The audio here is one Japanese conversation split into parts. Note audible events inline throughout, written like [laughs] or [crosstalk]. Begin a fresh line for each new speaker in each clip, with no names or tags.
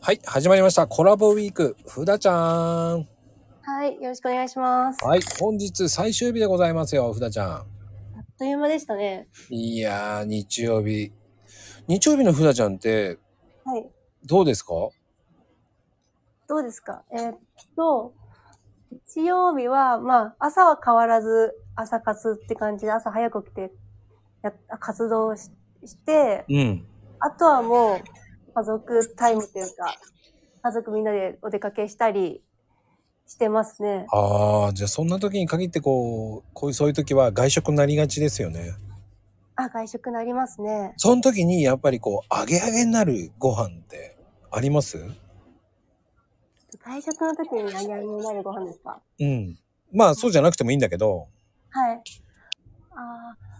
はい、始まりました。コラボウィーク、ふだちゃーん。
はい、よろしくお願いします。あっ
はい、本日最終日でございますよ、ふだちゃ
という間でしたね。
ん。いやー、日曜日。日曜日のふだちゃんって、
はい、
どうですか
どうですかえーっと、日曜日は、まあ、朝は変わらず、朝活って感じで、朝早く起きて、やっ活動しして、
うん。
あとはもう、家族タイムというか、家族みんなでお出かけしたりしてますね。
あー、じゃあそんな時に限ってこう、こういう、そういう時は外食になりがちですよね。
あ、外食なりますね。
その時にやっぱりこう、揚げ揚げになるご飯ってあります
外食の時に何々になるご飯ですか
うん。まあそうじゃなくてもいいんだけど、
はい。あー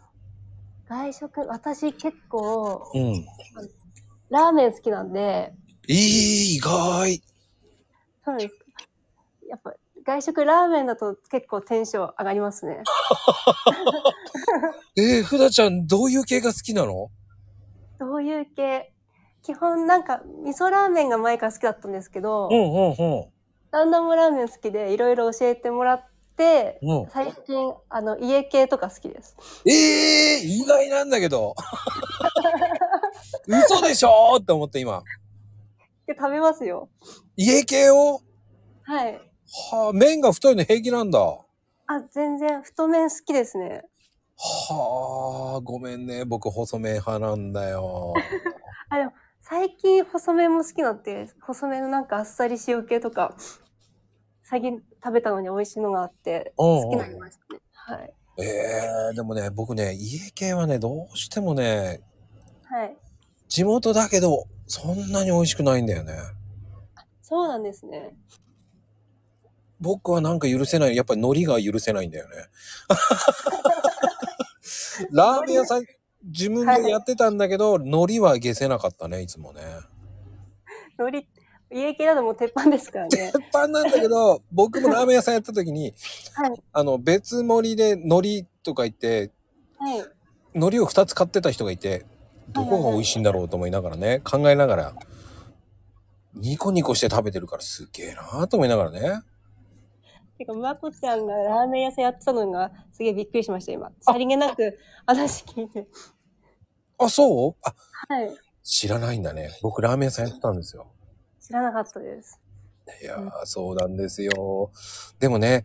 外食、私結構、
うん。
ラーメン好きなんで、
えー、意外。
そうですか。やっぱ外食ラーメンだと結構テンション上がりますね。
えー、ふだちゃんどういう系が好きなの
どういう系基本なんか味噌ラーメンが前から好きだったんですけど、
うんうん
旦那もラーメン好きでいろいろ教えてもらって、
うん。うん。
最近あの家系とか好きです。
ええー、意外なんだけど。 [laughs] 嘘でしょーって思って今。
で食べますよ。
家系を
はい。
はあ、麺が太いの平気なんだ。は
あ、全然太麺好きですね。
あ、ごめんね。僕、細麺派なんだよ。
あ、でも最近細麺も好きになって、細麺のなんかあっさり塩系とか、最近食べたのに美味しいのがあって、
うんうん
好きになりましたね。はい。
ええー、でもね、僕ね、家系はね、どうしてもね、
はい。
地元だけど、そんなに美味しくないんだよね。
そうなんですね。
僕はなんか許せない。やっぱり海苔が許せないんだよね。 [laughs] ラーメン屋さん、自分でやってたんだけど、海苔は消せなかったね、いつもね。
海苔、家系だともう鉄板ですから
[laughs]
ね。
鉄板なんだけど、僕もラーメン屋さんやった時に、
はい。
あの、別盛りで海苔とか言って、
はい。
海苔を2つ買ってた人がいて、どこが美味しいんだろうと思いながらね、考えながら、ニコニコして食べてるからすげえなぁと思いながらね。
てか、まこちゃんがラーメン屋さんやってたのが、すげえびっくりしました、今。さりげなく話聞いて。
あ、そうあ、
はい。
知らないんだね。僕ラーメン屋さんやってたんですよ。
知らなかったです。
いやー、そうなんですよ。でもね、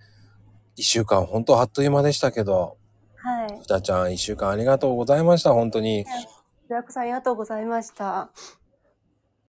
一週間本当あっという間でしたけど、
はい。
ふたちゃん一週間ありがとうございました、本当に。
平子さんありがとうございました。